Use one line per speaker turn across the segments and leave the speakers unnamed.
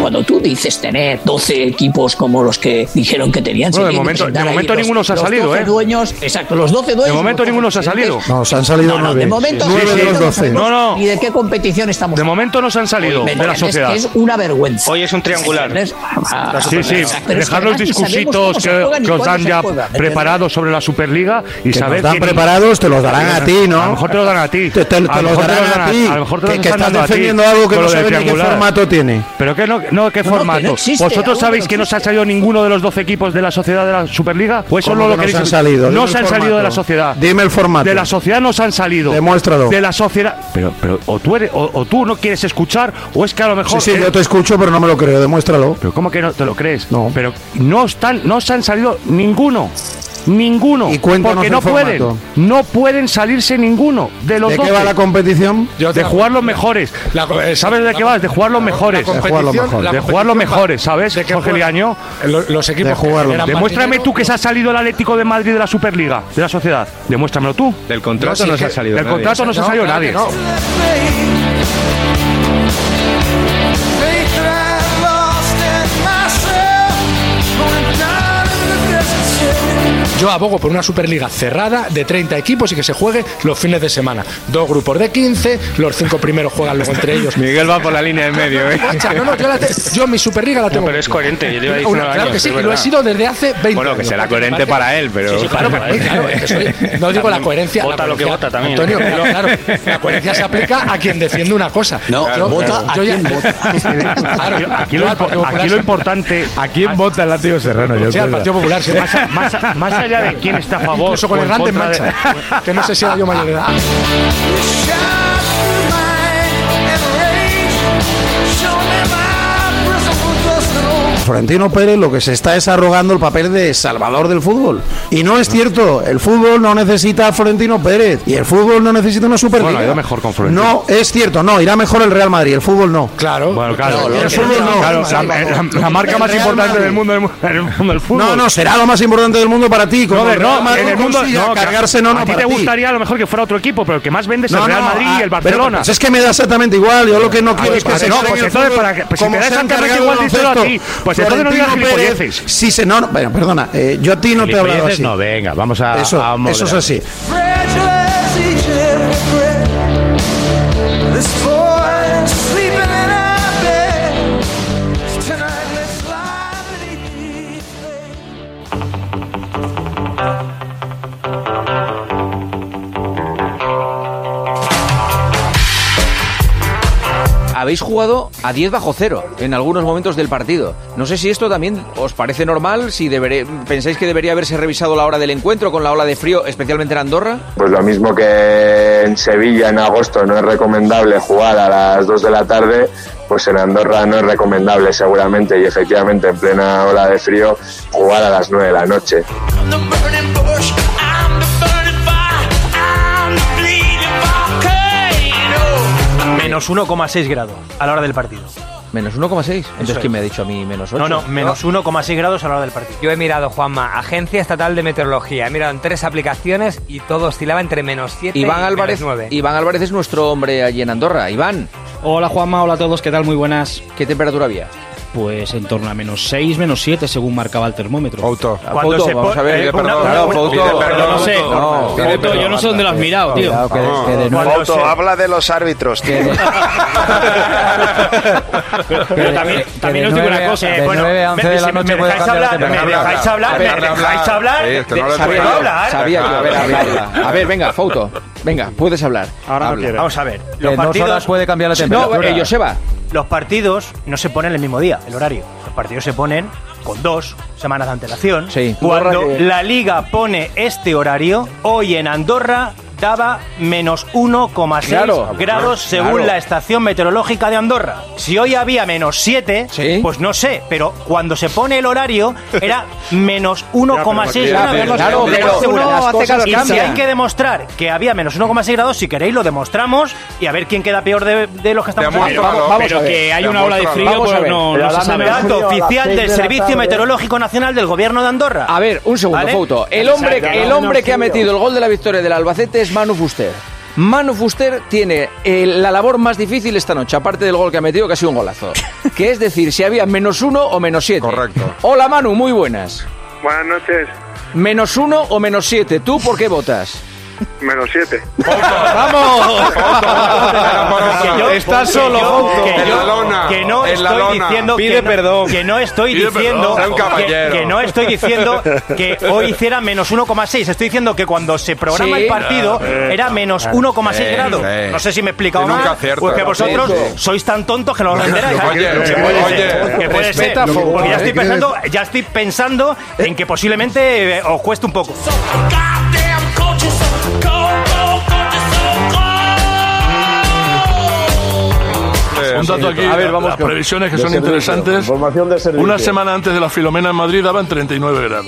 Cuando tú dices tener 12 equipos como los que dijeron que tenían...
Bueno, de
se tienen
momento- de
que sentar ahí
momento
los-
ninguno se ha
los
salido,
12
¿eh?
dueños, exacto, los 12 dueños...
De momento
los
ninguno se ha
12
salido.
No, se han salido
No, no,
nueve.
de momento
Sí,
nueve
sí.
de los doce.
No, no.
¿Y de qué competición estamos
De momento no se han salido de la
Es que
sociedad.
Es una vergüenza.
Hoy es un triangular.
Es- ah,
Sí, sí,
exacto. Pero es que
dejar los
además ni sabemos cómo
discursitos
se
que,
juega ni
que os
cuándo
dan
se
ya
juega, ¿entiendes?
preparados sobre la Superliga y
Que nos
saber
dan
quién-
preparados, te los darán a ti, ¿no?
A lo mejor te lo dan a ti.
Te, te-
A
te
lo
los
mejor te
darán
lo dan
a
a-
ti.
a lo mejor te
que,
los
que
están
estás
dando a ti,
defendiendo algo
con
que no
lo del
sabes ni qué
triangular.
formato tiene.
Pero que no, no qué
no, que
formato.
no existe,
¿Vosotros
aún
sabéis
no
que no se ha
existe.
salido ninguno de los 12 equipos de la sociedad de la Superliga? Pues eso
¿Cómo
no lo
que no
queréis
se han
decir.
salido? Dime
No
el
se han
formato.
salido de la sociedad.
Dime el formato.
De la sociedad no se han salido.
Demuéstralo.
De la sociedad. Pero, pero o tú eres- o, o tú no quieres escuchar o es que a lo mejor.
Sí, sí,
eh,
yo te escucho, pero no me lo creo. Demuéstralo.
Pero ¿cómo que no te lo crees?
No.
Pero no están, no se han salido ninguno. Ninguno.
Y cuéntanos
porque
el
no pueden.
formato.
No pueden salirse ninguno de los
¿De qué
12.
va la competición?
Yo
de
te-
jugar los mejores.
La co- eh,
¿Sabes de
la
qué
co-
vas? De jugar los
la
mejores.
De jugar los
competición-
mejores.
la
De jugar los
competición
mejores,
va-
¿sabes,
de qué
Jorge
juegan?
Liaño?
Lo- Los equipos
De jugar los
eran
mejores.
Demuéstrame
matinero,
tú que se
no.
ha salido el Atlético de Madrid de la Superliga, de la sociedad. Demuéstramelo tú.
Del contrato no,
sí,
se ha
que-
salido.
Del
nadie.
contrato no se ha salido
claro que
nadie.
no. Yo abogo por una Superliga cerrada de 30 equipos y que se juegue los fines de semana. Dos grupos de 15, los cinco primeros juegan luego entre ellos.
Miguel va por la línea de medio, ¿eh?
Guacha, no, no, yo, la te- yo mi Superliga la tengo.
Pero es
clara.
coherente, yo llevo ahí
Una, claro que sí, lo he sido desde hace 20
Bueno, que
años.
será
Para
coherente
parezca-
para él, pero.
Sí, sí,
Claro, pero, claro, eso, oye, no digo la
También
coherencia.
vota
la
lo que
coherencia-
vota también.
Antonio, pero claro, la coherencia se aplica a quien defiende una cosa.
No,
Yo-
vota a
yo ya-
quien vota.
Claro,
Aquí, aquí
yo
lo,
al
impo-
Partido Popular
aquí lo
se-
importante.
¿A quién vota el látigo serrano? Yo
Sí, al Partido Popular. sí.
Más, a- más a- más allá de quién está a favor.
Incluso con
o
el
en
grande en
contra de-
mancha. Que no sé si era yo mayor de edad.
Florentino Pérez lo que se está es arrogando el papel de salvador del fútbol. Y no es cierto. El fútbol no necesita a Florentino Pérez. Y el fútbol no necesita una Superliga.
Bueno, ha ido mejor con Florentino.
No, es cierto. No, irá mejor el Real Madrid. El fútbol no.
Claro.
Bueno, claro.
No, lo
El
que-
fútbol no.
Claro,
La- la, la marca más
Real
importante
Madrid.
del mundo, del mu- del mundo del fútbol.
No, no, será lo más importante del mundo para ti. Como
No, de-
el
no,
Real Madrid
en el mundo
consiga
no, que a-
cargarse, no, no,
a ti
para
te gustaría a lo mejor que fuera otro equipo, pero el que más vende es el
No,
Real
no,
Madrid y
ah,
el
pero,
Barcelona.
pues, es que me da exactamente igual. Yo lo que no quiero
pues,
es que
vale,
se
no,
cargue
pues
el
entonces,
fútbol
para que- pues, si
como
te da
se han
exactamente
cargado
igual,
el
díselo a
baloncesto.
ti. Pues entonces no digas
Florentino Pérez,
gilipolleces.
Sí, se no, no, bueno, perdona. eh, yo a ti no te he hablado así.
No, venga, vamos a. a
Eso, eso
moderar.
es así.
habéis jugado a 10 bajo cero en algunos momentos del partido. No sé si esto también os parece normal, si deberé- pensáis que debería haberse revisado la hora del encuentro con la ola de frío, especialmente en Andorra.
Pues lo mismo que en Sevilla en agosto no es recomendable jugar a las 2 de la tarde, pues en Andorra no es recomendable seguramente y efectivamente en plena ola de frío jugar a las 9 de la noche.
Menos 1,6 grados a la hora del partido.
Menos 1,6. Entonces,
Eso
¿quién
es.
me ha dicho a mí menos 8?
No, no, menos 1,6 grados a la hora del partido.
Yo he mirado, Juanma, Agencia Estatal de Meteorología. He mirado en tres aplicaciones y todo oscilaba entre menos 7
Iván Álvarez, Iván Álvarez es nuestro hombre allí en Andorra. Iván,
Hola Juanma, hola a todos, ¿qué tal? Muy buenas.
¿qué temperatura había?
pues en torno a menos 6, menos 7 según marcaba el termómetro. Auto.
Cuando se po- eh, una- una- Fouto,
no sé.
no,
Fouto,
pide
yo no sé dónde lo has mirado, tío.
Cuidado, que de- que de nuevo-
Cuando se-
Foto, habla de los árbitros, tío.
Pero también, también os digo una cosa.
Eh, bueno, me- si me- me dejáis hablar, me dejáis hablar, me dejáis hablar, de- ¿puedo hablar?
Sabía que, a
¿eh?
ver,
Ah,
habla, habla. A ver, venga, Fouto. Venga, puedes hablar.
Ahora no
Habla.
quiere. Vamos a ver.
Que en dos horas puede cambiar la temperatura.
No, eh, Joseba. Los partidos no se ponen el mismo día, el horario. Los partidos se ponen con dos semanas de antelación.
Sí.
Cuando
Andorra que-
la liga pone este horario, hoy en Andorra daba menos 1,6
Claro,
grados
claro.
según la estación meteorológica de Andorra. Si hoy había menos 7, pues no sé, pero cuando se pone el horario era menos 1,6
Ya, pero-
grados.
claro,
Lo
pero
más seguro.
uno hace calor,
Y si
cambia.
hay que demostrar que había menos 1,6 grados, si queréis lo demostramos y a ver quién queda peor de, de los que estamos
Pero vamos- vamos Pero a ver. que hay una ola de frío, Vamos pues a ver. no- no Pero se dame sabe. frío
Dato
a las
oficial
seis
del
de la
Servicio
tarde.
Meteorológico Nacional del Gobierno de Andorra.
A ver, un segundo,
¿Vale?
Fouto. El hombre, el hombre que ha metido el gol de la victoria del Albacete es Manu Fuster. Manu Fuster tiene eh, la labor más difícil esta noche, aparte del gol que ha metido, que ha sido un golazo. que es decir, si había menos uno o menos siete. Correcto. Hola Manu, muy buenas.
Buenas noches,
Menos uno o menos siete. ¿Tú por qué votas?
menos 7.
¡Vamos!
Estás solo, Fouto. Que, yo- que no
en la
estoy
lona.
diciendo
Pide
que no-
perdón.
que no estoy
Pide
diciendo
perdón, sea un
que,
caballero.
que no estoy diciendo que hoy hiciera menos 1,6. Estoy diciendo que cuando se programa
Sí.
el partido
Sí.
era menos 1,6
Sí,
grados.
sí.
No sé si me he explicado
Que nunca
mal,
acierta.
pues que vosotros
Sí.
sois tan tontos que no lo entenderáis. ¿eh?
Oye,
Que puede
oye,
ser, que puede ser.
respeta, por
Porque
favor,
ya estoy
¿eh? que-
pensando, ya estoy pensando en que posiblemente eh, os cueste un poco.
Un dato aquí.
A ver, vamos
las
con-
previsiones que
de
son
servicio,
interesantes.
información de servicio.
Una semana antes de la Filomena en Madrid daban 39 grados.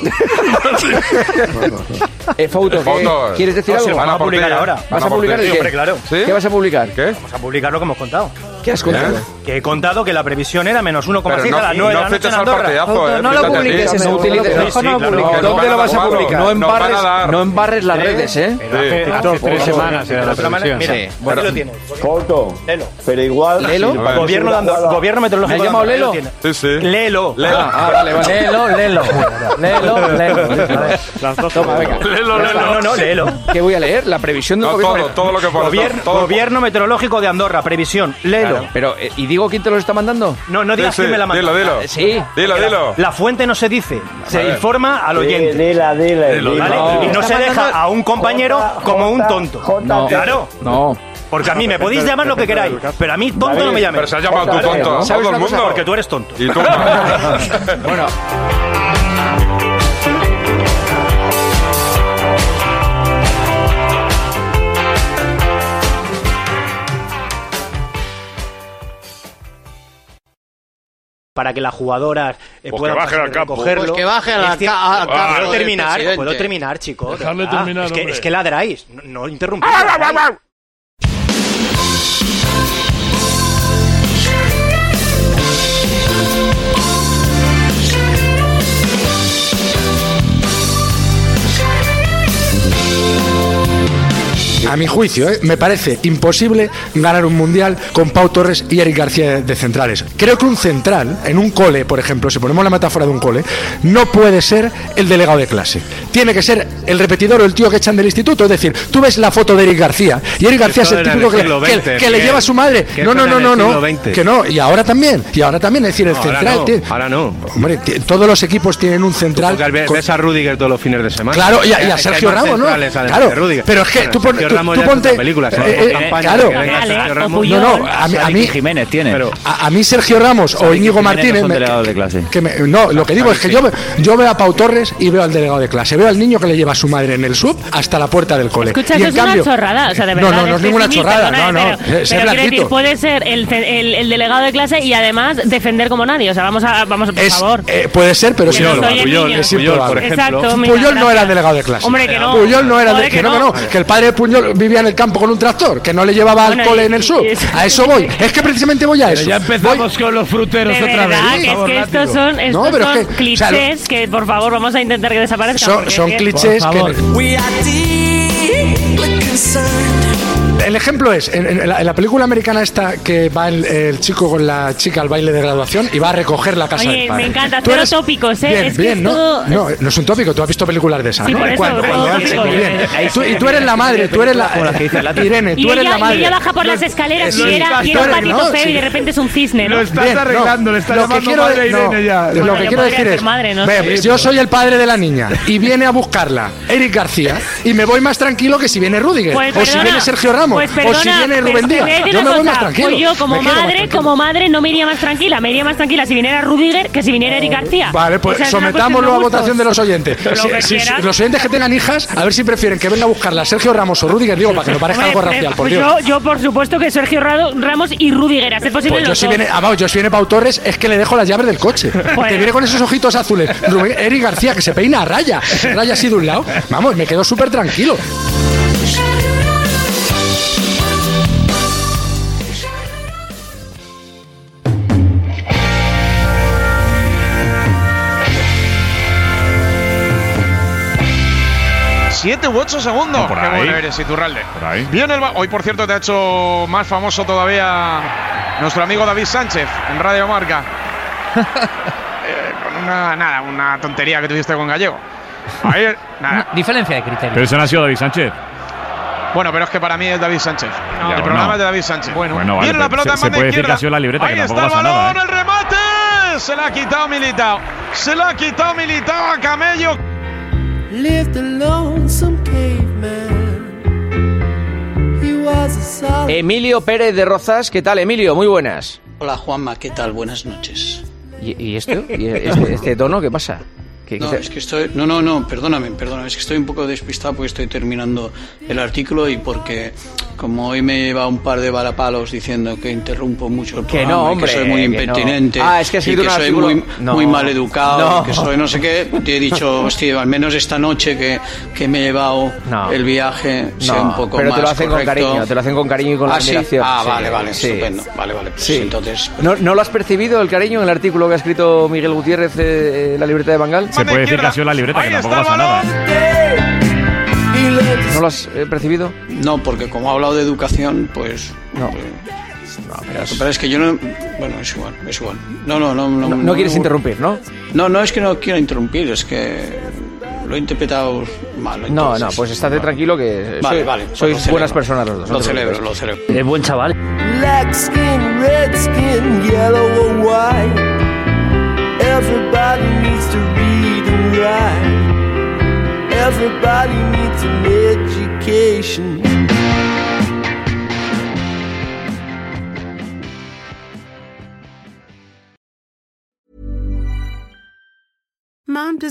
Eh, Fouto, ¿qué-
Fouto,
¿quieres decir
no sé,
algo?
van a por ti, ¿eh? Van
¿Vas
a
a
por
publicar
ti.
el
Sí,
qué?
hombre, claro. ¿Sí?
¿Qué vas a publicar?
Vamos a publicar lo que hemos contado.
¿Qué has contado?
Que he contado que la previsión era menos 1,6
Pero
a las
no-
9 de la
no
noche en
afectes al
Andorra.
partidazo, Fouto, eh, no lo fíjate, publiques sí. eso, no lo
Sí,
utilices. Mejor no lo
claro,
publiques.
claro.
¿Dónde lo vas a publicar? No
Nos van a
embarres-
dar.
no embarres las
¿Eh?
redes, ¿eh?
Pero hace-
Sí.
hace
Fouto,
tres
Fouto.
semanas era la previsión. Mira, aquí
Bueno.
lo tienes.
Foto.
Lelo.
Pero igual.
Lelo. Gobierno, de Andorra, gobierno meteorológico.
¿Me has llamado
de Andorra,
Lelo?
tiene. Lelo.
Lelo. Ah, ah, vale, vale.
Lelo, Lelo.
Lelo, lelo. Toma, venga.
Lelo, lelo. No, no, lelo.
¿Qué voy a leer? La previsión del
No,
gobierno.
todo, todo lo que pone, Gobierno- todo, todo. Gobierno meteorológico de Andorra, previsión. Léelo.
Claro, pero, eh, ¿y digo quién te lo está mandando?
No, no digas
Sí, sí,
quién me la manda.
dilo, dilo.
Ah, Sí.
Dilo,
Porque la-
dilo.
La fuente no se dice, se
ver.
informa al
Sí,
oyente.
dila, dila,
¿Vale?
dila.
Y no
Está
se deja
mandando-
a un compañero como un tonto.
No.
Claro.
No.
Porque a mí me podéis llamar lo que queráis, pero a mí tonto
David,
no me llaméis.
pero se has llamado tú Jota, tonto, ¿no?
¿Sabes
todo
una
el
cosa?
mundo.
Porque tú eres tonto.
Y tú,
bueno.
para que las jugadoras eh,
Pues
puedan
que bajen
pasar
al
y
campo.
recogerlo.
Pues que bajen al
Es cier-
ca-
Ah,
al campo,
Puedo
joder,
terminar,
presidente.
puedo terminar, chicos. de
Dejadle
verdad.
terminar,
Ah, es, que,
hombre.
es que ladráis, no, no interrumpís. ladráis.
A mi juicio, ¿eh? me parece imposible ganar un mundial con Pau Torres y Eric García de centrales. Creo que un central, en un cole, por ejemplo, si ponemos la metáfora de un cole, no puede ser el delegado de clase. Tiene que ser el repetidor o el tío que echan del instituto. Es decir, tú ves la foto de Eric García y Eric García es
Esto
el
era
típico
del
que,
siglo
que-
XX,
que le
Miguel.
lleva a su madre.
Que
No,
esto
no,
era
no, no,
del
no.
siglo XX.
Que no, y ahora también. Y ahora también, es decir, el
No, ahora
central.
no,
tiene-
ahora no.
Hombre, t- todos los equipos tienen un central.
Porque ves,
con-
ves a Rudiger todos los fines de semana.
Claro, y a, y a
Es que hay
Sergio
más
Ramos, ¿no?
centrales además
Claro,
de Rüdiger.
pero es que
Bueno,
tú, pon-
Sergio
tú-
Ramos
tú
ya hace
ponte.
sus películas, ¿no?
eh, eh,
Campaña,
claro.
que venga Sergio Ramos.
No, no, a mí, a mí-
Jiménez tiene.
Pero- a, a mí Sergio Ramos o
Xavi Jiménez
Íñigo
no
Martínez.
son
me-
delegados de clase.
que me- no, lo que digo es que yo, ve- yo veo a Pau Torres y veo al delegado de clase. Veo al niño que le lleva a su madre en el sub hasta la puerta del cole.
Escucha,
y
eso
en
es
cambio-
una chorrada, o sea, de
No,
verdad.
no, no es ninguna
pesimista,
chorrada,
perdóname,
no, no,
Pero,
eh, sé
pero quiero decir, pues,
blanquito.
puede ser el, ce- el- el delegado de clase y además defender como nadie. O sea, vamos a, vamos a- por favor.
eh, puede ser, pero
Que
si
no
no,
soy el Puyol, niño.
es
Puyol,
improbable.
por ejemplo. Exacto, mira,
Puyol no
gracias.
era el delegado de clase.
Hombre, que no.
Puyol no era
Joder,
de,
que
que, no, que
no.
no, que el padre de Puyol vivía en el campo con un tractor, que no le llevaba al
Bueno,
cole
y-
en el
y
sur.
eso-
A eso voy. Es que precisamente voy a
Pero
eso.
ya
empezamos
con los fruteros
de verdad, que es que estos son, estos
No, pero
son
es que, o sea, lo-
clichés que, por favor, vamos a intentar que desaparezcan.
Son-
porque
son
es que-
clichés que- Por favor.
We are deeply concerned.
El ejemplo es, en, en la, en la película americana esta que va el, el chico con la chica al baile de graduación y va a recoger la casa
Oye,
del padre.
me encanta,
Tú
cero
eres-
tópicos, ¿eh?
Bien,
es que
bien,
es
¿no?
todo-
No, no es un tópico, tú has visto películas de esas,
Sí,
¿no?
por eso,
Cuando-
todo
cuando
tópico.
sí, muy bien.
Ahí sí,
Tú- y tú eres la madre, tú eres la... Irene,
Y
tú eres
ella,
la madre.
y ella baja por las escaleras
Eso
y
es.
era, y era un
Tú eres-
patito
no,
feo y
sí.
de repente es un cisne, ¿no?
Lo estás Bien, no. arreglando, le estás Lo que llamando quiero- madre a Irene no. ya. Lo
Bueno,
que
yo
quiero
podría
decir
ser
es-
madre, ¿no?
Ve, yo soy el padre de la niña y viene a buscarla Eric García y me voy más tranquilo que si viene Rudiger
Pues
o si
perdona,
viene Sergio Ramos
pues
o si
perdona,
viene
pero
Rubén
te voy a
Díaz.
decir
Yo
una
me voy
cosa,
más tranquilo.
pues yo como
me quedo más
madre,
tranquilo.
como madre no me iría más tranquila, me iría más tranquila si viniera Rudiger que si viniera Eric García.
Vale, pues
O sea, es una
sometámoslo a
cuestión
votación de los oyentes.
Lo
Si-
que
si- si-
quieras.
los oyentes que tengan hijas, a ver si prefieren que venga a buscarla Sergio Ramos o Rudiger, digo, para que no parezca algo
Hombre,
racial, por
pues
Dios.
yo, yo, por supuesto que Sergio Ra- Ramos y Rudiger, a ser posible
Pues yo
los
si
dos.
viene, ah, vamos, yo si viene Pau Torres es que le dejo las llaves del coche. Que viene con esos ojitos azules. Rubén- Eric García que se peina a raya, se raya así de un lado. Vamos, me quedo súper tranquilo.
Siete u ocho segundos. Qué bueno eres, Iturralde. Viene el ba- Hoy, por cierto, te ha hecho más famoso todavía nuestro amigo David Sánchez en Radio Marca. Eh, con una, nada, una tontería que tuviste con Gallego. Ahí, nada.
Diferencia de criterio.
Pero eso no ha sido David Sánchez.
Bueno, pero es que para mí es David Sánchez. el
bueno.
programa es de David Sánchez. Bueno,
Bueno, vale,
viene la
pero
pelota
se- se
en banda
puede decir que
izquierda.
ha sido la libreta,
Ahí
que
está
tampoco
el
pasa nada, ¿eh?
balón, el remate. Se la ha quitado Militao. Se la ha quitado Militao a Camello.
Lived a lonesome caveman. He was a solid.
Emilio Pérez de Rozas, ¿qué tal, Emilio? Muy buenas.
Hola Juanma, ¿qué tal? Buenas noches.
¿Y, y esto? ¿Y este, este tono qué pasa? ¿Qué- qué
No,
te-
es que estoy, no, no, no, perdóname, perdóname, es que estoy un poco despistado porque estoy terminando el artículo y porque como hoy me lleva un par de varapalos diciendo que interrumpo mucho el
Que
programa,
no,
y que soy
hombre,
muy
que no.
impertinente,
Ah, es que has
y
escrito
que
un
soy
artículo-
muy,
No.
muy mal educado,
No.
y que soy no sé qué, te he dicho, hostia, al menos esta noche que, que me he llevado el viaje sea
No,
un poco
pero
más
te lo hacen
correcto.
con cariño, te lo hacen con cariño y con
¿Ah, sí?
admiración.
Ah,
Sí,
vale, vale,
sí.
estupendo, vale, vale, pues
Sí.
entonces...
¿No, ¿No lo has percibido el cariño en el artículo que ha escrito Miguel Gutiérrez eh, eh, la libreta de Bangal?
Se puede decir que ha sido la libreta, que tampoco pasa nada. ¿eh?
¿No lo has eh, percibido? No, porque como ha hablado de educación, pues. No. pero, es que yo no. Bueno, es igual, es igual. No, no, no. No,
No, no quieres interrumpir, ¿no?
No, no es que no quiera interrumpir, es que lo he interpretado mal.
No, no,
entonces.
pues estate tranquilo que
Vale,
sois-
vale, pues lo
sois
celebro.
buenas personas los dos.
Lo celebro, lo celebro. Es
buen chaval.
Black skin, red skin, yellow or white. Everybody needs to read and write. Everybody needs an education.
Mom